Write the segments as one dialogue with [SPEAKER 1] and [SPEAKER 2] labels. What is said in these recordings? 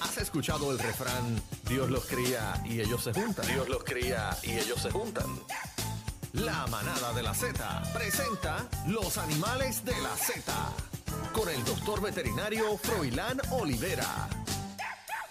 [SPEAKER 1] ¿Has escuchado el refrán Dios los cría y ellos se juntan? Dios los cría y ellos se juntan. La manada de la Z presenta los animales de la Z con el doctor veterinario Froilán Olivera.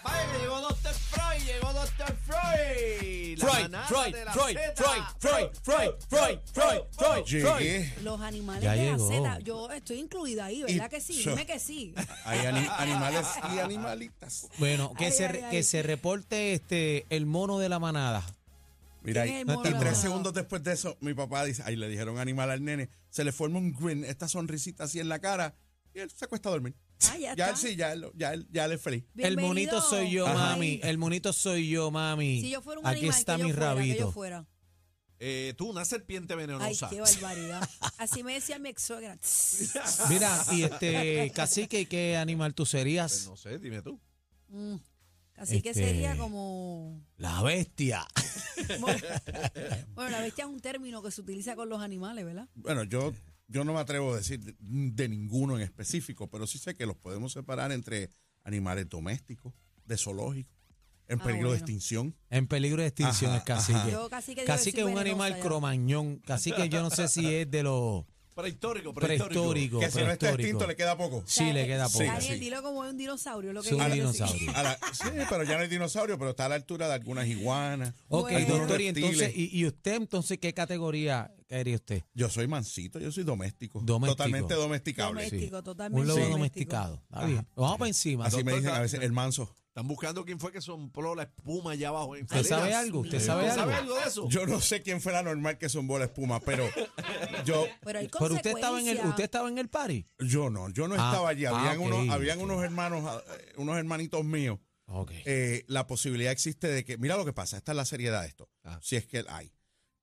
[SPEAKER 2] Ay, llegó Dr. Freud, llegó Dr. Freud. La
[SPEAKER 3] Freud,
[SPEAKER 2] manada
[SPEAKER 3] Freud,
[SPEAKER 2] de la Oh,
[SPEAKER 3] Freud,
[SPEAKER 2] Zeta.
[SPEAKER 3] Freud, Freud, Freud, Freud, Freud, Freud, Freud.
[SPEAKER 4] Los animales
[SPEAKER 3] Ya
[SPEAKER 4] de
[SPEAKER 3] llegó.
[SPEAKER 4] la Z, yo estoy incluida ahí, ¿verdad que sí?
[SPEAKER 5] so-
[SPEAKER 4] Dime que sí.
[SPEAKER 5] Hay ani- animales y animalitas.
[SPEAKER 3] Bueno, que
[SPEAKER 4] Ay,
[SPEAKER 3] se,
[SPEAKER 4] ay,
[SPEAKER 3] re-
[SPEAKER 4] ay.
[SPEAKER 3] que se reporte este el mono de la manada.
[SPEAKER 5] Mira,
[SPEAKER 4] ¿Quién es
[SPEAKER 5] ahí,
[SPEAKER 4] el mono
[SPEAKER 5] y tres
[SPEAKER 4] abogado?
[SPEAKER 5] segundos después de eso, mi papá dice, ahí le dijeron animal al nene, se le forma un grin, esta sonrisita así en la cara, y él se acuesta a dormir.
[SPEAKER 4] Ah, ya
[SPEAKER 5] ya
[SPEAKER 4] está.
[SPEAKER 5] él sí, ya él, ya él, ya él es feliz.
[SPEAKER 3] El
[SPEAKER 4] Bienvenido.
[SPEAKER 3] monito soy yo,
[SPEAKER 4] Ay,
[SPEAKER 3] mami. El monito soy yo, mami.
[SPEAKER 4] Si yo fuera un
[SPEAKER 3] Aquí
[SPEAKER 4] animal,
[SPEAKER 3] está
[SPEAKER 4] que
[SPEAKER 3] mi
[SPEAKER 4] yo fuera, que yo
[SPEAKER 3] rabito.
[SPEAKER 4] fuera.
[SPEAKER 2] Eh, tú, una serpiente
[SPEAKER 4] Ay,
[SPEAKER 2] venenosa.
[SPEAKER 4] qué barbaridad. Así me decía mi ex suegra.
[SPEAKER 3] Mira, y este, cacique, ¿qué animal tú serías?
[SPEAKER 2] no sé, dime tú.
[SPEAKER 4] Así que
[SPEAKER 3] Este-
[SPEAKER 4] sería como...
[SPEAKER 3] La bestia.
[SPEAKER 4] Bueno, la bestia es un término que se utiliza con los animales, ¿verdad?
[SPEAKER 5] Bueno, yo, yo no me atrevo a decir de, de ninguno en específico, pero sí sé que los podemos separar entre animales domésticos, de zoológicos, en
[SPEAKER 4] Ah,
[SPEAKER 5] peligro de
[SPEAKER 4] bueno.
[SPEAKER 5] extinción.
[SPEAKER 3] En peligro de extinción
[SPEAKER 5] Ajá,
[SPEAKER 3] es cacique.
[SPEAKER 4] Yo casi que digo
[SPEAKER 3] Cacique
[SPEAKER 4] soy
[SPEAKER 3] es un
[SPEAKER 4] venenosa
[SPEAKER 3] animal
[SPEAKER 4] ya.
[SPEAKER 3] cromañón. Cacique, yo no sé si es de los
[SPEAKER 2] Prehistórico, prehistórico.
[SPEAKER 3] prehistóricos.
[SPEAKER 5] que si no está
[SPEAKER 3] prehistóricos.
[SPEAKER 5] extinto le queda poco.
[SPEAKER 3] Sí, le queda
[SPEAKER 5] Sí,
[SPEAKER 3] poco.
[SPEAKER 4] Daniel,
[SPEAKER 5] sí.
[SPEAKER 4] eh, dilo como es un dinosaurio. Lo que
[SPEAKER 3] Es un
[SPEAKER 4] quiero decir.
[SPEAKER 3] dinosaurio.
[SPEAKER 5] A la- sí, pero ya no hay dinosaurio, pero está a la altura de algunas iguanas.
[SPEAKER 3] Ok,
[SPEAKER 4] Bueno.
[SPEAKER 3] doctor, y
[SPEAKER 5] Reptiles.
[SPEAKER 3] entonces, y, y usted entonces qué categoría sería usted?
[SPEAKER 5] Yo soy mansito, yo soy doméstico.
[SPEAKER 3] Doméstico.
[SPEAKER 5] Totalmente domesticable.
[SPEAKER 4] Doméstico, totalmente.
[SPEAKER 3] Un lobo
[SPEAKER 4] doméstico.
[SPEAKER 3] domesticado. Está bien. Vamos para encima.
[SPEAKER 5] Así me
[SPEAKER 3] doctor.
[SPEAKER 5] dicen a veces, el manso.
[SPEAKER 2] Están buscando quién fue que sopló la espuma allá abajo. en
[SPEAKER 3] ¿Usted
[SPEAKER 2] Salinas.
[SPEAKER 3] sabe algo? ¿Usted
[SPEAKER 2] ¿Usted
[SPEAKER 3] sabe
[SPEAKER 2] sabe
[SPEAKER 3] algo?
[SPEAKER 2] algo de eso?
[SPEAKER 5] Yo no sé quién fuera normal que son bola espuma, pero yo,
[SPEAKER 4] Pero hay
[SPEAKER 3] Pero usted estaba en el,
[SPEAKER 4] consecuencias.
[SPEAKER 3] usted estaba en el party.
[SPEAKER 5] yo no, yo no
[SPEAKER 3] Ah,
[SPEAKER 5] estaba allí.
[SPEAKER 3] ah,
[SPEAKER 5] Habían,
[SPEAKER 3] ok,
[SPEAKER 5] unos, habían
[SPEAKER 3] ok.
[SPEAKER 5] unos hermanos, eh, unos hermanitos míos.
[SPEAKER 3] Ok.
[SPEAKER 5] Eh, la posibilidad existe de que, mira lo que pasa, esta es la seriedad de esto,
[SPEAKER 3] Ah.
[SPEAKER 5] si es que hay.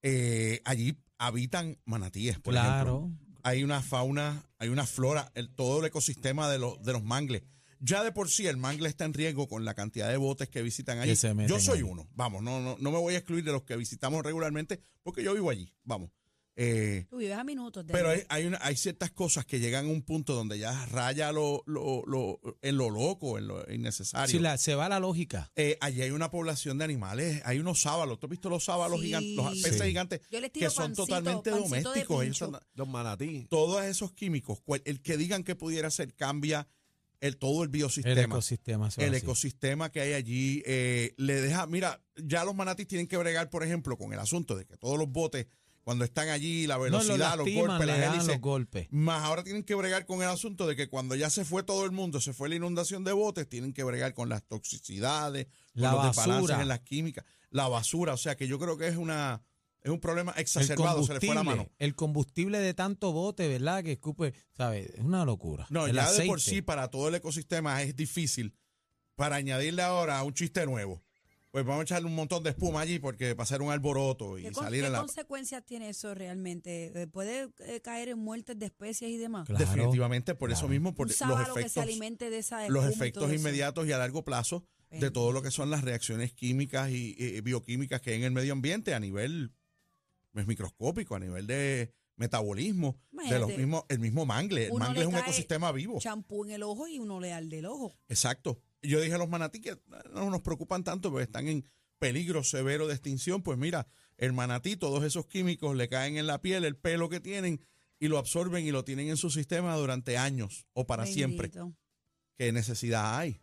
[SPEAKER 5] Eh, allí habitan manatíes, por ejemplo.
[SPEAKER 3] claro.
[SPEAKER 5] hay una fauna, hay una flora, el- todo el ecosistema de, los de los mangles. Ya de por sí el mangle está en riesgo con la cantidad de botes que visitan allí.
[SPEAKER 3] Que se meten
[SPEAKER 5] yo soy
[SPEAKER 3] allí.
[SPEAKER 5] uno, vamos, no, no, no me voy a excluir de los que visitamos regularmente porque yo vivo allí, vamos. Eh,
[SPEAKER 4] Tú vives a minutos de
[SPEAKER 5] pero
[SPEAKER 4] ahí.
[SPEAKER 5] hay, hay, una- hay ciertas cosas que llegan a un punto donde ya raya lo, lo, lo- en lo loco, en lo innecesario.
[SPEAKER 3] Si la- se va la lógica.
[SPEAKER 5] Eh, allí hay una población de animales, hay unos sábalos, ¿tú has visto los sábalos
[SPEAKER 4] Sí.
[SPEAKER 5] gigantes, los peces
[SPEAKER 3] Sí.
[SPEAKER 5] gigantes
[SPEAKER 4] Yo les tiro
[SPEAKER 5] que son
[SPEAKER 4] pancito,
[SPEAKER 5] totalmente
[SPEAKER 4] pancito de
[SPEAKER 5] domésticos? Ellos
[SPEAKER 4] pincho.
[SPEAKER 5] son-
[SPEAKER 2] Don Manatí.
[SPEAKER 5] todos esos químicos, cual- el que digan que pudiera ser, cambia el, todo el
[SPEAKER 3] El
[SPEAKER 5] biosistema. El ecosistema,
[SPEAKER 3] ecosistema. se va así.
[SPEAKER 5] que hay allí eh, le deja, mira, ya los manatis tienen que bregar, por ejemplo, con el asunto de que todos los botes, cuando están allí, la
[SPEAKER 3] No, lo
[SPEAKER 5] velocidad, los
[SPEAKER 3] lastiman,
[SPEAKER 5] golpes,
[SPEAKER 3] le
[SPEAKER 5] las
[SPEAKER 3] dan
[SPEAKER 5] hélices.
[SPEAKER 3] los golpes.
[SPEAKER 5] Más ahora tienen que bregar con el asunto de que cuando ya se fue todo el mundo, se fue la inundación de botes, tienen que bregar con las toxicidades, con
[SPEAKER 3] La
[SPEAKER 5] los desbalances
[SPEAKER 3] basura.
[SPEAKER 5] en las químicas, la basura. O sea que yo creo que es una es un problema exacerbado, se le fue la mano.
[SPEAKER 3] el combustible de tanto bote, ¿verdad? Que escupe, ¿sabes? Es una locura.
[SPEAKER 5] No,
[SPEAKER 3] El
[SPEAKER 5] ya de por
[SPEAKER 3] aceite.
[SPEAKER 5] sí para todo el ecosistema es difícil. Para añadirle ahora un chiste nuevo, pues vamos a echarle un montón de espuma allí porque para hacer un alboroto y
[SPEAKER 4] ¿Qué, con-
[SPEAKER 5] salir
[SPEAKER 4] qué
[SPEAKER 5] en la...
[SPEAKER 4] consecuencias tiene eso realmente? Eh, ¿Puede eh, caer en muertes de especies y demás?
[SPEAKER 3] Claro.
[SPEAKER 5] Definitivamente, por eso
[SPEAKER 3] claro.
[SPEAKER 5] mismo, por
[SPEAKER 4] Un
[SPEAKER 5] los
[SPEAKER 4] sábalo que se
[SPEAKER 5] efectos,
[SPEAKER 4] alimente de esa
[SPEAKER 5] los
[SPEAKER 4] espuma y todo
[SPEAKER 5] efectos
[SPEAKER 4] eso.
[SPEAKER 5] inmediatos y a largo plazo de
[SPEAKER 4] Bueno.
[SPEAKER 5] todo lo que son las reacciones químicas y eh, bioquímicas que hay en el medio ambiente a nivel pues, microscópico, a nivel de metabolismo, de los
[SPEAKER 4] Imagínate.
[SPEAKER 5] mismos, el mismo mangle. El
[SPEAKER 4] Uno
[SPEAKER 5] mangle
[SPEAKER 4] le
[SPEAKER 5] es un
[SPEAKER 4] cae
[SPEAKER 5] ecosistema vivo.
[SPEAKER 4] Champú en el ojo y uno le arde el ojo.
[SPEAKER 5] Exacto. Yo dije a los manatí que no nos preocupan tanto porque están en peligro severo de extinción. Pues mira, el manatí, todos esos químicos le caen en la piel, el pelo que tienen, y lo absorben y lo tienen en su sistema durante años o para siempre.
[SPEAKER 4] Bendito.
[SPEAKER 5] ¿Qué necesidad hay?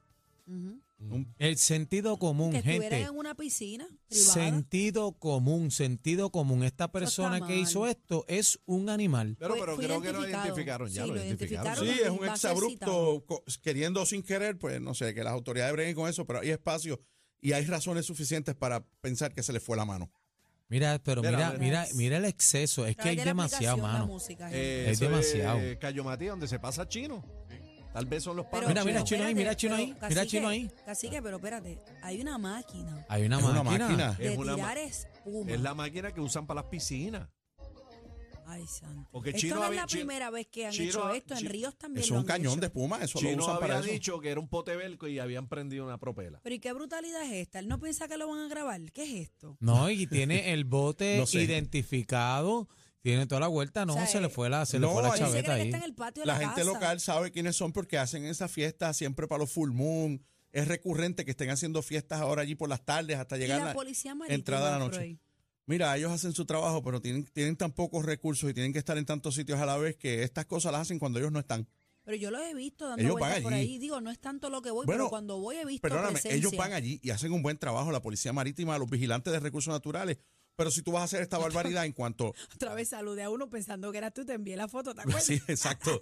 [SPEAKER 4] Ujú.
[SPEAKER 5] Un-
[SPEAKER 3] El sentido común,
[SPEAKER 4] Que estuvieran
[SPEAKER 3] gente.
[SPEAKER 4] en una piscina privada.
[SPEAKER 3] Sentido común, sentido común. Esta persona que
[SPEAKER 4] mal.
[SPEAKER 3] hizo esto es un animal.
[SPEAKER 2] Pero,
[SPEAKER 4] Fue-
[SPEAKER 2] pero
[SPEAKER 4] fue
[SPEAKER 2] creo que lo
[SPEAKER 4] identificado.
[SPEAKER 2] identificaron ya.
[SPEAKER 4] Sí,
[SPEAKER 2] lo
[SPEAKER 4] lo
[SPEAKER 2] identificaron.
[SPEAKER 4] identificaron.
[SPEAKER 5] Sí,
[SPEAKER 4] que
[SPEAKER 5] es un
[SPEAKER 4] va a ser
[SPEAKER 5] exabrupto
[SPEAKER 4] citado.
[SPEAKER 5] co- queriendo o sin querer, pues no sé, que las autoridades breguen con eso, pero hay espacio y hay razones suficientes para pensar que se le fue la mano.
[SPEAKER 3] Mira, pero
[SPEAKER 2] Mira,
[SPEAKER 3] mira,
[SPEAKER 2] mira.
[SPEAKER 3] mira, mira el exceso. Es
[SPEAKER 4] A
[SPEAKER 3] que
[SPEAKER 4] través
[SPEAKER 3] hay
[SPEAKER 4] de la
[SPEAKER 3] demasiado,
[SPEAKER 4] aplicación, la
[SPEAKER 3] mano.
[SPEAKER 4] música, gente.
[SPEAKER 2] Eh,
[SPEAKER 3] Es
[SPEAKER 2] eso
[SPEAKER 3] demasiado.
[SPEAKER 2] Cayo Matías, donde se pasa chino.
[SPEAKER 5] Tal vez son los pájaros.
[SPEAKER 4] Pero,
[SPEAKER 3] Mira, mira,
[SPEAKER 4] pero
[SPEAKER 3] chino ahí,
[SPEAKER 4] espérate,
[SPEAKER 3] mira, chino
[SPEAKER 4] pero,
[SPEAKER 3] ahí, mira, chino ahí.
[SPEAKER 4] Cacique, pero espérate, hay una máquina
[SPEAKER 3] Hay una
[SPEAKER 5] Es una
[SPEAKER 3] máquina.
[SPEAKER 5] máquina.
[SPEAKER 4] de
[SPEAKER 1] Es una ma-
[SPEAKER 4] tirar espuma.
[SPEAKER 1] Es la máquina que usan para las piscinas.
[SPEAKER 4] Ay, santo.
[SPEAKER 1] Porque
[SPEAKER 4] esto
[SPEAKER 1] Chino
[SPEAKER 4] no es
[SPEAKER 1] había-
[SPEAKER 4] la
[SPEAKER 1] Chino-
[SPEAKER 4] primera vez que han
[SPEAKER 1] Chino
[SPEAKER 4] hecho
[SPEAKER 1] ha-
[SPEAKER 4] esto, en
[SPEAKER 1] Chi-
[SPEAKER 4] Ríos también
[SPEAKER 5] Eso es
[SPEAKER 4] lo han
[SPEAKER 5] un cañón
[SPEAKER 4] hecho.
[SPEAKER 5] de espuma, eso lo
[SPEAKER 1] Chino
[SPEAKER 5] usan para
[SPEAKER 1] había
[SPEAKER 5] eso.
[SPEAKER 1] dicho que era un pote belco y habían prendido una propela.
[SPEAKER 4] Pero ¿y qué brutalidad es esta? Él no piensa que lo van a grabar. ¿Qué es esto?
[SPEAKER 3] No, y tiene el bote
[SPEAKER 5] No sé.
[SPEAKER 3] identificado, tiene toda la vuelta, no,
[SPEAKER 4] O sea,
[SPEAKER 3] se le fue la, se le
[SPEAKER 5] no,
[SPEAKER 3] fue la
[SPEAKER 5] ahí-
[SPEAKER 4] Él se
[SPEAKER 3] chaveta
[SPEAKER 4] cree que
[SPEAKER 3] ahí.
[SPEAKER 4] está en el patio de la,
[SPEAKER 5] La gente
[SPEAKER 4] casa.
[SPEAKER 5] local sabe quiénes son porque hacen esas fiestas siempre para los full moon. Es recurrente que estén haciendo fiestas ahora allí por las tardes hasta
[SPEAKER 4] Y
[SPEAKER 5] llegar
[SPEAKER 4] la
[SPEAKER 5] la,
[SPEAKER 4] policía marítima.
[SPEAKER 5] entrada de la noche.
[SPEAKER 4] Freud.
[SPEAKER 5] Mira, ellos hacen su trabajo, pero tienen, tienen tan pocos recursos y tienen que estar en tantos sitios a la vez que estas cosas las hacen cuando ellos no están.
[SPEAKER 4] Pero yo los he visto dando
[SPEAKER 5] Ellos
[SPEAKER 4] vueltas
[SPEAKER 5] van
[SPEAKER 4] por
[SPEAKER 5] allí.
[SPEAKER 4] ahí. Digo, no es tanto lo que voy,
[SPEAKER 5] Bueno,
[SPEAKER 4] pero cuando voy he visto
[SPEAKER 5] Perdóname,
[SPEAKER 4] presencia.
[SPEAKER 5] ellos van allí y hacen un buen trabajo, la Policía Marítima, los vigilantes de recursos naturales. Pero si tú vas a hacer esta barbaridad en cuanto...
[SPEAKER 4] Otra vez saludé a uno pensando que eras tú, te envié la foto, ¿te acuerdas?
[SPEAKER 5] Sí, exacto.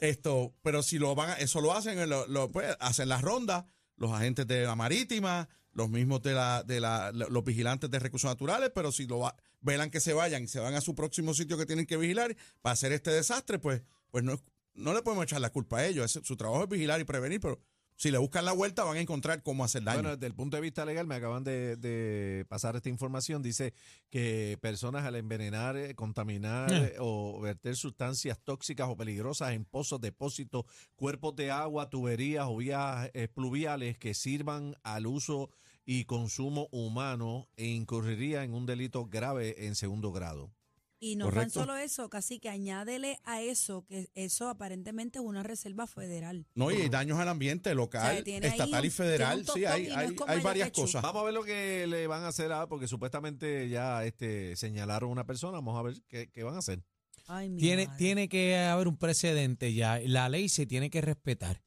[SPEAKER 5] Esto, pero si lo van a- eso lo hacen, lo, lo- pues, hacen las rondas, los agentes de la marítima, los mismos de la, de la, los vigilantes de recursos naturales, pero si lo va- velan que se vayan y se van a su próximo sitio que tienen que vigilar para hacer este desastre, pues, pues no, es- no le podemos echar la culpa a ellos. Ese- su trabajo es vigilar y prevenir, pero si le buscan la vuelta van a encontrar cómo hacer daño.
[SPEAKER 1] Bueno, desde el punto de vista legal, me acaban de, de pasar esta información. Dice que personas al envenenar, eh, contaminar
[SPEAKER 3] Eh.
[SPEAKER 1] eh, o verter sustancias tóxicas o peligrosas en pozos, depósitos, cuerpos de agua, tuberías o vías eh, pluviales que sirvan al uso y consumo humano e incurriría en un delito grave en segundo grado.
[SPEAKER 4] Y no
[SPEAKER 5] Correcto.
[SPEAKER 4] tan solo eso, casi que añádele a eso, que eso aparentemente es una reserva federal.
[SPEAKER 5] no, y hay daños al ambiente
[SPEAKER 4] O
[SPEAKER 5] local,
[SPEAKER 4] sea, tiene ahí
[SPEAKER 5] estatal y
[SPEAKER 4] un-
[SPEAKER 5] federal.
[SPEAKER 4] tiene un
[SPEAKER 5] Sí, hay,
[SPEAKER 4] tostón y no es
[SPEAKER 5] hay-
[SPEAKER 4] con
[SPEAKER 5] hay
[SPEAKER 4] mayo
[SPEAKER 5] varias
[SPEAKER 4] pecho.
[SPEAKER 5] cosas.
[SPEAKER 1] Vamos a ver lo que le van a hacer a, porque supuestamente ya este señalaron a una persona. Vamos a ver qué, qué van a hacer.
[SPEAKER 4] Ay, mi
[SPEAKER 3] Tiene,
[SPEAKER 4] madre.
[SPEAKER 3] tiene que haber un precedente ya. La ley se tiene que respetar.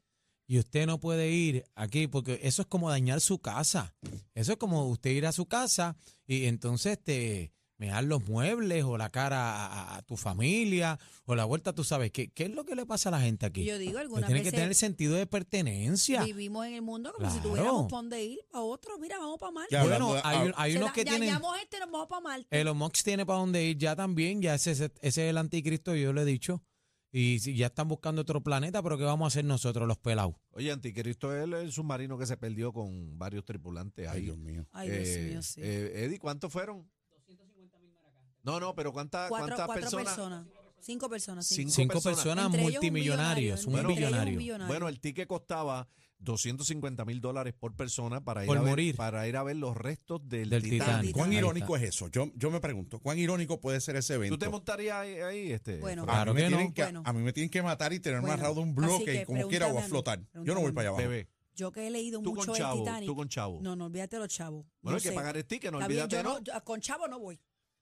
[SPEAKER 3] Y usted no puede ir aquí porque eso es como dañar su casa. Eso es como usted ir a su casa y entonces te mear los muebles o la cara a, a- a tu familia o la vuelta, tú sabes. ¿Qué, qué es lo que le pasa a la gente aquí?
[SPEAKER 4] Y Yo digo,
[SPEAKER 3] Pues
[SPEAKER 4] algunas
[SPEAKER 3] tiene que
[SPEAKER 4] veces
[SPEAKER 3] tener sentido de pertenencia.
[SPEAKER 4] vivimos en el mundo como si
[SPEAKER 3] Claro.
[SPEAKER 4] tuviéramos pa' dónde ir, a otro, mira, vamos para Marte.
[SPEAKER 5] Ya,
[SPEAKER 4] Se
[SPEAKER 3] Bueno,
[SPEAKER 5] hablando de-
[SPEAKER 3] hay, hay
[SPEAKER 4] la-
[SPEAKER 3] unos que
[SPEAKER 4] ya
[SPEAKER 3] tienen...
[SPEAKER 4] hallamos este, nos vamos para Marte.
[SPEAKER 3] Elon Musk tiene para dónde ir ya también, ya ese, ese es el anticristo, yo lo he dicho. Y si ya están buscando otro planeta, pero ¿qué vamos a hacer nosotros los pelados?
[SPEAKER 1] Oye, Anticristo es el, el submarino que se perdió con varios tripulantes
[SPEAKER 5] Ay,
[SPEAKER 1] ahí.
[SPEAKER 5] Dios mío.
[SPEAKER 4] Ay, Dios
[SPEAKER 1] Eh,
[SPEAKER 4] mío, sí.
[SPEAKER 1] eh, Eddie, ¿cuántos fueron? 250 mil No, no, pero ¿cuánta-
[SPEAKER 4] cuatro
[SPEAKER 1] ¿cuántas
[SPEAKER 4] cuatro
[SPEAKER 1] personas?
[SPEAKER 4] personas? Cinco personas.
[SPEAKER 1] Cinco
[SPEAKER 3] Cinco
[SPEAKER 1] personas.
[SPEAKER 3] personas,
[SPEAKER 4] Entre ellos un
[SPEAKER 3] multimillonarios, un
[SPEAKER 4] millonario, entre ellos un
[SPEAKER 3] billonario.
[SPEAKER 4] billonario.
[SPEAKER 1] Bueno, el ticket costaba 250 mil dólares por persona para,
[SPEAKER 3] Por
[SPEAKER 1] ir, a
[SPEAKER 3] morir.
[SPEAKER 1] Ver, para ir a ver los restos del,
[SPEAKER 3] Del
[SPEAKER 1] Titanic.
[SPEAKER 3] Titanic.
[SPEAKER 5] ¿Cuán
[SPEAKER 3] Ahí
[SPEAKER 5] irónico es eso? Yo, yo me pregunto, ¿cuán irónico puede ser ese evento?
[SPEAKER 1] ¿Tú te montarías ahí? ahí, este,
[SPEAKER 4] Bueno.
[SPEAKER 1] Fran?
[SPEAKER 5] a,
[SPEAKER 3] Claro
[SPEAKER 5] mí me
[SPEAKER 3] que no.
[SPEAKER 5] tienen que,
[SPEAKER 4] Bueno.
[SPEAKER 5] a mí me tienen que matar y tenerme
[SPEAKER 4] Bueno,
[SPEAKER 5] arrado de un
[SPEAKER 4] así
[SPEAKER 5] bloque
[SPEAKER 4] que
[SPEAKER 5] y como quiera voy a
[SPEAKER 4] pregúntame a mí,
[SPEAKER 5] flotar. Yo no voy
[SPEAKER 4] pregúntame
[SPEAKER 5] para allá abajo.
[SPEAKER 1] Bebé,
[SPEAKER 4] Yo que he leído
[SPEAKER 1] tú
[SPEAKER 4] mucho
[SPEAKER 1] con
[SPEAKER 4] del
[SPEAKER 1] chavo,
[SPEAKER 4] Titanic.
[SPEAKER 1] tú con chavo.
[SPEAKER 4] No, no, olvídate de los chavos.
[SPEAKER 1] bueno,
[SPEAKER 4] No
[SPEAKER 1] hay que
[SPEAKER 4] sé.
[SPEAKER 1] pagar el ticket, no
[SPEAKER 4] Está bien,
[SPEAKER 1] olvídate,
[SPEAKER 4] yo
[SPEAKER 1] ¿no?
[SPEAKER 4] no- yo- con chavo no voy.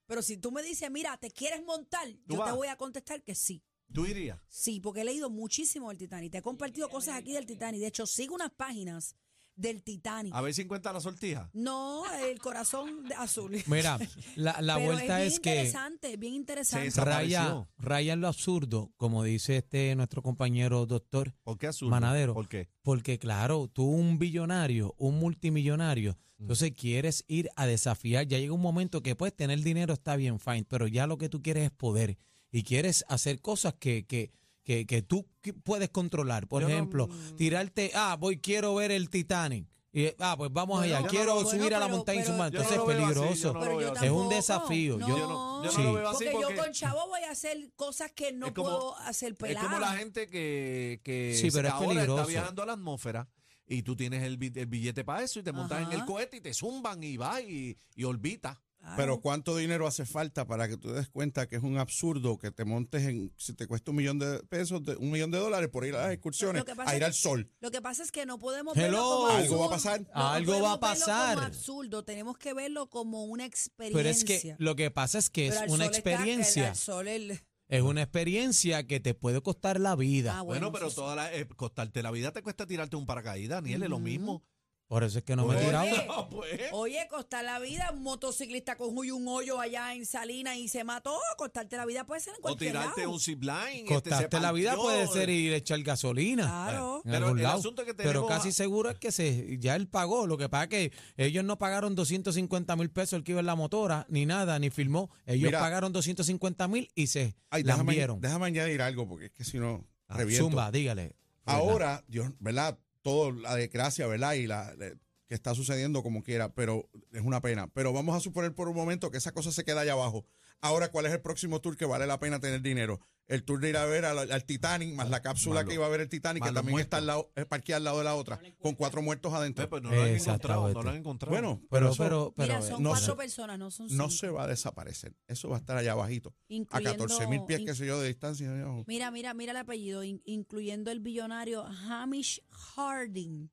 [SPEAKER 4] Pero si tú me dices, mira, ¿te quieres montar? Yo
[SPEAKER 1] vas.
[SPEAKER 4] te voy a contestar que sí.
[SPEAKER 1] Tú irías.
[SPEAKER 4] Sí, porque he leído muchísimo del Titanic. Te he compartido cosas aquí del Titanic. De hecho, sigo unas páginas del Titanic.
[SPEAKER 1] A ver si encuentras la sortija.
[SPEAKER 4] No, el corazón de azul.
[SPEAKER 3] Mira, la, la
[SPEAKER 4] Pero
[SPEAKER 3] vuelta
[SPEAKER 4] bien
[SPEAKER 3] es, que
[SPEAKER 4] interesante, bien interesante.
[SPEAKER 1] Se desa-
[SPEAKER 3] raya,
[SPEAKER 1] Desapareció.
[SPEAKER 3] raya en lo absurdo, como dice este nuestro compañero doctor,
[SPEAKER 1] ¿Por qué azul?
[SPEAKER 3] Manadero.
[SPEAKER 1] ¿Por qué?
[SPEAKER 3] porque claro, tú un billonario, un multimillonario,
[SPEAKER 1] Mm.
[SPEAKER 3] entonces quieres ir a desafiar, ya llega un momento que puedes tener dinero, está bien, fine, pero ya lo que tú quieres es poder y quieres hacer cosas que, que, que, que tú qui- puedes controlar. Por
[SPEAKER 1] Yo no-
[SPEAKER 3] ejemplo, tirarte, ah, voy, quiero ver el Titanic. Y, ah, pues vamos
[SPEAKER 4] Bueno,
[SPEAKER 3] allá,
[SPEAKER 4] yo
[SPEAKER 3] quiero
[SPEAKER 4] no-
[SPEAKER 3] subir
[SPEAKER 4] bueno,
[SPEAKER 3] a la
[SPEAKER 4] pero-
[SPEAKER 3] montaña y
[SPEAKER 4] pero-
[SPEAKER 3] zumbar.
[SPEAKER 4] Yo
[SPEAKER 3] Entonces
[SPEAKER 1] no lo
[SPEAKER 3] es
[SPEAKER 1] veo así, yo
[SPEAKER 3] peligroso.
[SPEAKER 1] no lo
[SPEAKER 4] pero
[SPEAKER 1] veo
[SPEAKER 4] yo
[SPEAKER 1] así.
[SPEAKER 3] Es un
[SPEAKER 4] tampoco.
[SPEAKER 3] desafío,
[SPEAKER 4] No,
[SPEAKER 3] yo-
[SPEAKER 1] Yo no- yo no
[SPEAKER 3] Sí.
[SPEAKER 1] lo veo así
[SPEAKER 4] porque,
[SPEAKER 1] porque-
[SPEAKER 4] yo con chavo voy a hacer cosas que no
[SPEAKER 1] Es como-
[SPEAKER 4] puedo hacer pelada.
[SPEAKER 1] Es como la gente que, que
[SPEAKER 3] Sí, pero es
[SPEAKER 1] ahora
[SPEAKER 3] peligroso.
[SPEAKER 1] está viajando a la atmósfera y tú tienes el, bi- el billete para eso y te montas
[SPEAKER 4] Ajá.
[SPEAKER 1] en el cohete y te zumban y vas y, y orbitas.
[SPEAKER 4] Claro.
[SPEAKER 5] Pero ¿cuánto dinero hace falta para que tú te des cuenta que es un absurdo que te montes en, si te cuesta un millón de pesos, de- un millón de dólares por ir a las excursiones,
[SPEAKER 4] Lo que pasa
[SPEAKER 5] a ir
[SPEAKER 4] es-
[SPEAKER 5] al sol?
[SPEAKER 4] Lo que pasa es que no podemos
[SPEAKER 3] Hello.
[SPEAKER 4] verlo como
[SPEAKER 5] Algo va a
[SPEAKER 4] absurdo.
[SPEAKER 5] pasar.
[SPEAKER 4] No, no
[SPEAKER 3] Algo va
[SPEAKER 4] podemos verlo
[SPEAKER 3] a pasar.
[SPEAKER 4] Como absurdo, tenemos que verlo como una experiencia.
[SPEAKER 3] Pero es que lo que pasa es que es
[SPEAKER 4] Pero al
[SPEAKER 3] una
[SPEAKER 4] sol está- el-
[SPEAKER 3] experiencia.
[SPEAKER 4] al sol el-
[SPEAKER 3] Es una experiencia que te puede costar la vida.
[SPEAKER 4] Ah,
[SPEAKER 1] Bueno,
[SPEAKER 4] bueno,
[SPEAKER 1] pero
[SPEAKER 4] eso sí.
[SPEAKER 1] toda la- eh, costarte la vida te cuesta tirarte un paracaídas, Daniel, es
[SPEAKER 4] Mm.
[SPEAKER 1] lo mismo.
[SPEAKER 3] Por eso es que no me he
[SPEAKER 1] Pues,
[SPEAKER 3] tirado.
[SPEAKER 4] Oye.
[SPEAKER 1] no, pues.
[SPEAKER 4] Oye, costar la vida, un motociclista cogió un hoyo allá en Salinas y se mató. Costarte la vida puede ser en
[SPEAKER 1] O
[SPEAKER 4] cualquier
[SPEAKER 1] tirarte
[SPEAKER 4] lado.
[SPEAKER 1] un zipline. este, eh, se
[SPEAKER 3] Costarte la vida
[SPEAKER 1] partió.
[SPEAKER 3] puede ser ir a echar gasolina.
[SPEAKER 4] Claro.
[SPEAKER 3] en
[SPEAKER 1] Pero
[SPEAKER 3] algún
[SPEAKER 1] el
[SPEAKER 3] lado.
[SPEAKER 1] asunto que
[SPEAKER 3] pero
[SPEAKER 1] tenemos-
[SPEAKER 3] casi seguro es que se, ya él pagó. Lo que pasa es que ellos no pagaron 250 mil pesos el que iba en la motora, ni nada, ni firmó. Ellos
[SPEAKER 5] Mira.
[SPEAKER 3] pagaron 250 mil y se
[SPEAKER 5] Ay, déjame,
[SPEAKER 3] lambieron.
[SPEAKER 5] déjame añadir algo porque es que si no,
[SPEAKER 3] Ah,
[SPEAKER 5] reviento.
[SPEAKER 3] Zumba, dígale.
[SPEAKER 5] Ahora, Dios, ¿verdad? Todo la desgracia, ¿verdad? Y la, le- que está sucediendo como quiera, pero es una pena. Pero vamos a suponer por un momento que esa cosa se queda allá abajo. Ahora, ¿cuál es el próximo tour que vale la pena tener dinero? El tour de ir a ver al, al Titanic, más la cápsula
[SPEAKER 1] Más lo-
[SPEAKER 5] que iba a ver el Titanic,
[SPEAKER 1] más
[SPEAKER 5] que
[SPEAKER 1] los
[SPEAKER 5] también está al lado, eh, parqueada al lado de la otra, con cuatro muertos adentro.
[SPEAKER 1] Ve, pues no lo han encontrado, no
[SPEAKER 3] Exactamente.
[SPEAKER 1] lo han encontrado.
[SPEAKER 5] bueno, pero,
[SPEAKER 3] Pero,
[SPEAKER 5] eso
[SPEAKER 3] pero, eh, pero,
[SPEAKER 4] Mira, son
[SPEAKER 5] no
[SPEAKER 4] cuatro
[SPEAKER 5] sé.
[SPEAKER 4] personas, no son
[SPEAKER 5] no
[SPEAKER 4] cinco.
[SPEAKER 5] se va a desaparecer. Eso va a estar allá abajito, a
[SPEAKER 4] Incluyendo-
[SPEAKER 5] 14 mil pies,
[SPEAKER 4] in-
[SPEAKER 5] qué sé yo, de distancia. allá abajo.
[SPEAKER 4] Mira, mira, mira el apellido, in- incluyendo el billonario Hamish Harding.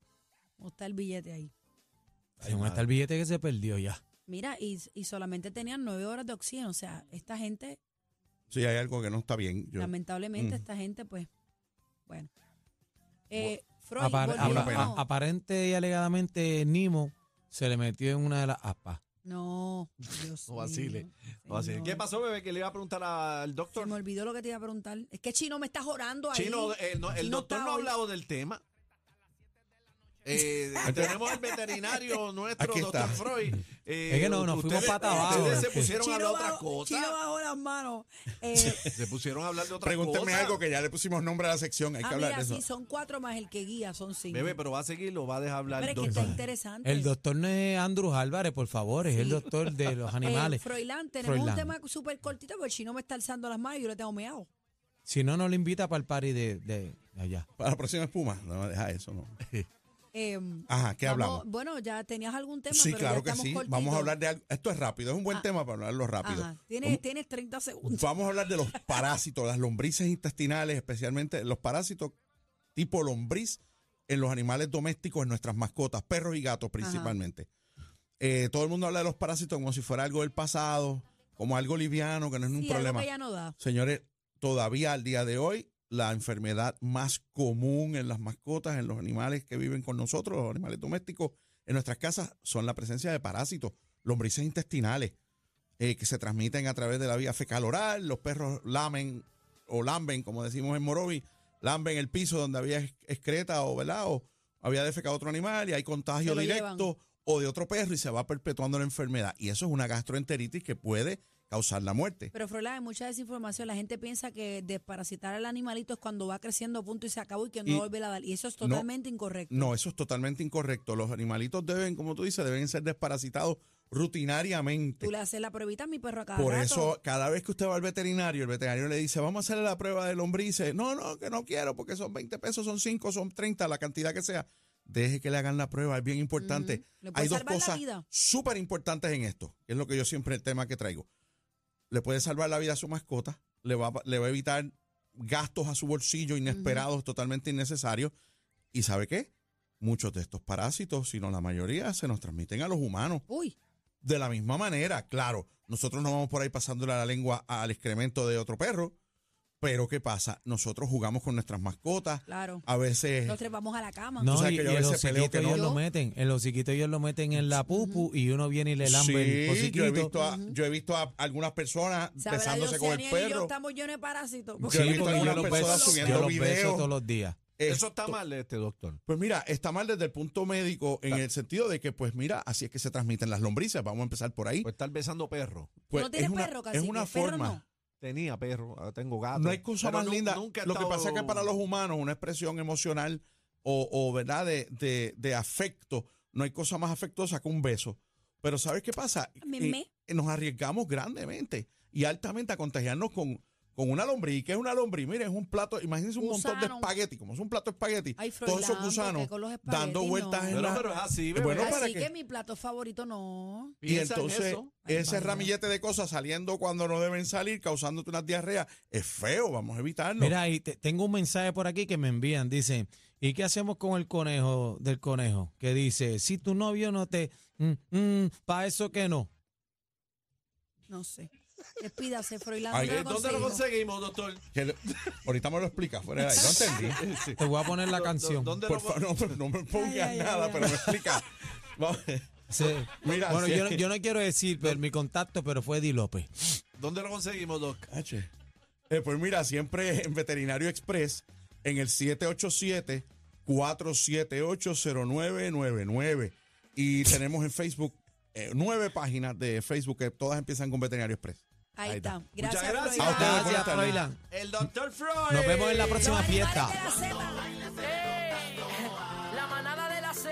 [SPEAKER 4] ¿Cómo está el billete ahí?
[SPEAKER 3] Según está el billete que se perdió ya.
[SPEAKER 4] Mira, y, y solamente tenían nueve horas de oxígeno. O sea, esta gente,
[SPEAKER 5] Sí, hay algo que no está bien. Yo-
[SPEAKER 4] lamentablemente,
[SPEAKER 5] Mm.
[SPEAKER 4] esta gente, pues, bueno. Eh, Freud,
[SPEAKER 3] Apar-
[SPEAKER 4] volvió-
[SPEAKER 3] apa-
[SPEAKER 5] pena.
[SPEAKER 3] a- aparente y alegadamente Nimo se le metió en una de las aspas.
[SPEAKER 4] no, Dios
[SPEAKER 1] No vacile,
[SPEAKER 4] mío,
[SPEAKER 1] No, así-
[SPEAKER 4] señor.
[SPEAKER 1] ¿Qué pasó, bebé? Que le iba a preguntar al
[SPEAKER 4] Se me
[SPEAKER 1] doctor.
[SPEAKER 4] olvidó lo que te iba a preguntar. Es que Chino me está orando ahí.
[SPEAKER 1] Chino, eh, el, no- el
[SPEAKER 4] Chino
[SPEAKER 1] doctor
[SPEAKER 4] está
[SPEAKER 1] no ha
[SPEAKER 4] hoy.
[SPEAKER 1] hablado del tema. Eh, tenemos el veterinario nuestro,
[SPEAKER 5] Aquí está.
[SPEAKER 1] doctor Freud. Eh,
[SPEAKER 3] Es que no, nos fuimos
[SPEAKER 1] ustedes-
[SPEAKER 3] pata abajo,
[SPEAKER 1] Ustedes se
[SPEAKER 3] es que-
[SPEAKER 1] pusieron a hablar de otra
[SPEAKER 4] bajó- Chino
[SPEAKER 1] cosa.
[SPEAKER 4] bajó las manos. Eh,
[SPEAKER 1] Se pusieron a hablar de otra cosa.
[SPEAKER 5] Pregúntenme algo que ya le pusimos nombre a la sección, hay que
[SPEAKER 4] ah,
[SPEAKER 5] hablar
[SPEAKER 4] mira,
[SPEAKER 5] de
[SPEAKER 4] sí,
[SPEAKER 5] eso.
[SPEAKER 4] son cuatro más el que guía, son cinco.
[SPEAKER 1] Bebé, pero va a seguir, lo va a dejar hablar
[SPEAKER 4] Pero
[SPEAKER 1] el
[SPEAKER 4] es que está
[SPEAKER 1] doctor.
[SPEAKER 4] interesante.
[SPEAKER 3] El doctor no es Andrew Álvarez, por favor, es el
[SPEAKER 4] Sí.
[SPEAKER 3] doctor de los
[SPEAKER 4] Eh,
[SPEAKER 3] animales.
[SPEAKER 4] Froilán, tenemos un
[SPEAKER 3] Froilán.
[SPEAKER 4] tema súper cortito porque el chino me está alzando las manos y yo le tengo meado.
[SPEAKER 3] Si no, no lo invita para el party de, de allá.
[SPEAKER 5] Para la próxima espuma, no, deja eso, no.
[SPEAKER 4] Eh,
[SPEAKER 5] Ajá, ¿qué
[SPEAKER 4] vamos-
[SPEAKER 5] hablamos?
[SPEAKER 4] Bueno, ya tenías algún tema.
[SPEAKER 5] Sí,
[SPEAKER 4] pero ya
[SPEAKER 5] claro que
[SPEAKER 4] estamos
[SPEAKER 5] sí.
[SPEAKER 4] cortitos.
[SPEAKER 5] Vamos a hablar de algo. Esto es rápido, es un buen
[SPEAKER 4] Ah.
[SPEAKER 5] tema para hablarlo rápido.
[SPEAKER 4] Ajá, tienes, tienes 30 segundos.
[SPEAKER 5] Vamos a hablar de los parásitos, las lombrices intestinales, especialmente los parásitos tipo lombriz en los animales domésticos, en nuestras mascotas, perros y gatos principalmente. Eh, todo el mundo habla de los parásitos como si fuera algo del pasado, como algo liviano, que no es un
[SPEAKER 4] Sí, algo
[SPEAKER 5] problema.
[SPEAKER 4] que ya no da.
[SPEAKER 5] Señores, todavía al día de hoy, la enfermedad más común en las mascotas, en los animales que viven con nosotros, los animales domésticos, en nuestras casas, son la presencia de parásitos, lombrices intestinales, eh, que se transmiten a través de la vía fecal oral. Los perros lamen o lamben, como decimos en Morovi, lamben el piso donde había esc- excreta o, ¿verdad? o había defecado otro animal y hay contagio
[SPEAKER 4] Se lo
[SPEAKER 5] directo
[SPEAKER 4] llevan.
[SPEAKER 5] o de otro perro y se va perpetuando la enfermedad. Y eso es una gastroenteritis que puede causar la muerte.
[SPEAKER 4] Pero Froilán, hay mucha desinformación. La gente piensa que desparasitar al animalito es cuando va creciendo punto y se acabó y que no
[SPEAKER 5] Y-
[SPEAKER 4] vuelve a dar. Y eso es
[SPEAKER 5] No.
[SPEAKER 4] totalmente incorrecto.
[SPEAKER 5] No, eso es totalmente incorrecto. Los animalitos deben, como tú dices, deben ser desparasitados rutinariamente.
[SPEAKER 4] Tú le haces la pruebita a mi perro a cada
[SPEAKER 5] Por
[SPEAKER 4] rato.
[SPEAKER 5] eso, cada vez que usted va al veterinario, el veterinario le dice, vamos a hacerle la prueba de lombrices. No, no, que no quiero, porque son 20 pesos, son 5, son 30, la cantidad que sea. Deje que le hagan la prueba, es bien importante.
[SPEAKER 4] Ujú. Le puede
[SPEAKER 5] Hay dos
[SPEAKER 4] salvar la
[SPEAKER 5] cosas
[SPEAKER 4] vida.
[SPEAKER 5] súper importantes en esto, que es lo que yo siempre, el tema que traigo. Le puede salvar la vida a su mascota, le va, a- le va a evitar gastos a su bolsillo inesperados, totalmente innecesarios. ¿Y sabe qué? Muchos de estos parásitos, si no la mayoría, se nos transmiten a los humanos.
[SPEAKER 4] Uy,
[SPEAKER 5] De la misma manera, claro, nosotros no vamos por ahí pasándole la lengua al excremento de otro perro, pero ¿qué pasa? Nosotros jugamos con nuestras mascotas,
[SPEAKER 4] claro.
[SPEAKER 5] a veces...
[SPEAKER 4] Nosotros vamos a la cama.
[SPEAKER 3] No,
[SPEAKER 5] sabes
[SPEAKER 3] y,
[SPEAKER 5] que yo a
[SPEAKER 3] y el
[SPEAKER 5] veces peleo
[SPEAKER 3] hociquito
[SPEAKER 5] que no.
[SPEAKER 3] ellos lo
[SPEAKER 4] Yo-
[SPEAKER 3] meten, el hociquito ellos lo meten en la pupu y uno viene y le lambe el
[SPEAKER 5] Sí, yo he
[SPEAKER 3] hociquito.
[SPEAKER 5] visto a, yo he visto a algunas personas
[SPEAKER 4] Sabrá
[SPEAKER 5] besándose
[SPEAKER 4] Dios
[SPEAKER 5] con el
[SPEAKER 4] si Aniel y yo
[SPEAKER 5] perro.
[SPEAKER 4] estamos llenos de parásitos.
[SPEAKER 5] Yo he
[SPEAKER 3] Sí,
[SPEAKER 5] visto
[SPEAKER 3] porque yo
[SPEAKER 5] algunas
[SPEAKER 3] los
[SPEAKER 5] personas
[SPEAKER 3] beso,
[SPEAKER 5] subiendo
[SPEAKER 3] yo los beso
[SPEAKER 5] videos.
[SPEAKER 3] todos los días.
[SPEAKER 1] Eso está
[SPEAKER 5] Esto-
[SPEAKER 1] mal, este doctor.
[SPEAKER 5] Pues mira, está mal desde el punto médico en el sentido de que, pues mira, así es que se transmiten las lombrices. Vamos a empezar por ahí.
[SPEAKER 1] Pues estar besando perro.
[SPEAKER 5] Pues
[SPEAKER 4] ¿No tienes
[SPEAKER 5] es una,
[SPEAKER 4] perro,
[SPEAKER 5] es
[SPEAKER 4] cacique?
[SPEAKER 5] una
[SPEAKER 4] ¿Perro
[SPEAKER 5] forma.
[SPEAKER 4] no?
[SPEAKER 1] Tenía perro, ahora tengo gato.
[SPEAKER 5] No hay cosa
[SPEAKER 1] Ah, Pero
[SPEAKER 5] más
[SPEAKER 1] nu-
[SPEAKER 5] linda.
[SPEAKER 1] nunca he
[SPEAKER 5] Lo que
[SPEAKER 1] estado-
[SPEAKER 5] pasa es que para los humanos una expresión emocional o, o, ¿verdad? De, de- de afecto, no hay cosa más afectuosa que un beso. Pero ¿sabes qué pasa?
[SPEAKER 4] Me-
[SPEAKER 5] Eh,
[SPEAKER 4] me.
[SPEAKER 5] eh, nos arriesgamos grandemente y altamente a contagiarnos con, con una lombriz. ¿Qué es una lombriz? Mire, es un plato, imagínense un montón de
[SPEAKER 4] Gusano.
[SPEAKER 5] espagueti, como es un plato de espagueti.
[SPEAKER 4] Ay,
[SPEAKER 5] todos esos
[SPEAKER 4] Froilán,
[SPEAKER 5] gusanos
[SPEAKER 4] porque con los espaguetis
[SPEAKER 5] dando vueltas
[SPEAKER 4] no.
[SPEAKER 5] en
[SPEAKER 1] Pero,
[SPEAKER 5] la...
[SPEAKER 1] pero es así, bebé.
[SPEAKER 5] Bueno, para
[SPEAKER 4] Así
[SPEAKER 5] que-
[SPEAKER 4] que... mi plato favorito no.
[SPEAKER 5] Y
[SPEAKER 1] Piensa en
[SPEAKER 5] entonces
[SPEAKER 1] eso.
[SPEAKER 4] Ay,
[SPEAKER 5] ese
[SPEAKER 4] madre.
[SPEAKER 5] ramillete de cosas saliendo cuando no deben salir, causándote unas diarreas, es feo, vamos a evitarlo.
[SPEAKER 3] Mira, y te- tengo un mensaje por aquí que me envían. Dice, ¿y qué hacemos con el conejo del conejo? Que dice, si tu novio no te... para eso que no.
[SPEAKER 4] No sé. Despídase, Froilán.
[SPEAKER 5] Ay,
[SPEAKER 4] ¿dónde
[SPEAKER 1] Eh,
[SPEAKER 4] lo
[SPEAKER 1] ¿Dónde lo
[SPEAKER 4] conseguimos?
[SPEAKER 1] conseguimos, doctor?
[SPEAKER 5] Que le- ahorita me lo explicas fuera de ahí. No entendí.
[SPEAKER 3] Te voy a poner la
[SPEAKER 1] ¿Dó-
[SPEAKER 3] canción.
[SPEAKER 1] ¿Dónde
[SPEAKER 5] Por
[SPEAKER 1] lo
[SPEAKER 5] favor, no, pero no me pongas
[SPEAKER 4] Ay, ay,
[SPEAKER 5] nada,
[SPEAKER 4] ay,
[SPEAKER 5] pero me explica. Vamos.
[SPEAKER 3] Sí.
[SPEAKER 5] Mira,
[SPEAKER 3] bueno,
[SPEAKER 5] sí.
[SPEAKER 3] yo, no- yo no quiero decir pero mi contacto, pero fue Di López.
[SPEAKER 1] ¿Dónde lo conseguimos, Doc?
[SPEAKER 5] H. Eh, pues mira, siempre en Veterinario Express, en el 787-478-0999. Y tenemos en Facebook eh, nueve páginas de Facebook que todas empiezan con Veterinario Express.
[SPEAKER 4] Ahí está.
[SPEAKER 1] Muchas
[SPEAKER 4] Gracias,
[SPEAKER 5] Ah,
[SPEAKER 1] gracias.
[SPEAKER 4] Froilán.
[SPEAKER 5] ustedes, buenas tardes.
[SPEAKER 3] Gracias, Froilán.
[SPEAKER 1] El doctor Freud.
[SPEAKER 3] Nos vemos en la
[SPEAKER 4] Los
[SPEAKER 3] próxima
[SPEAKER 4] animales
[SPEAKER 3] fiesta.
[SPEAKER 4] de la selva.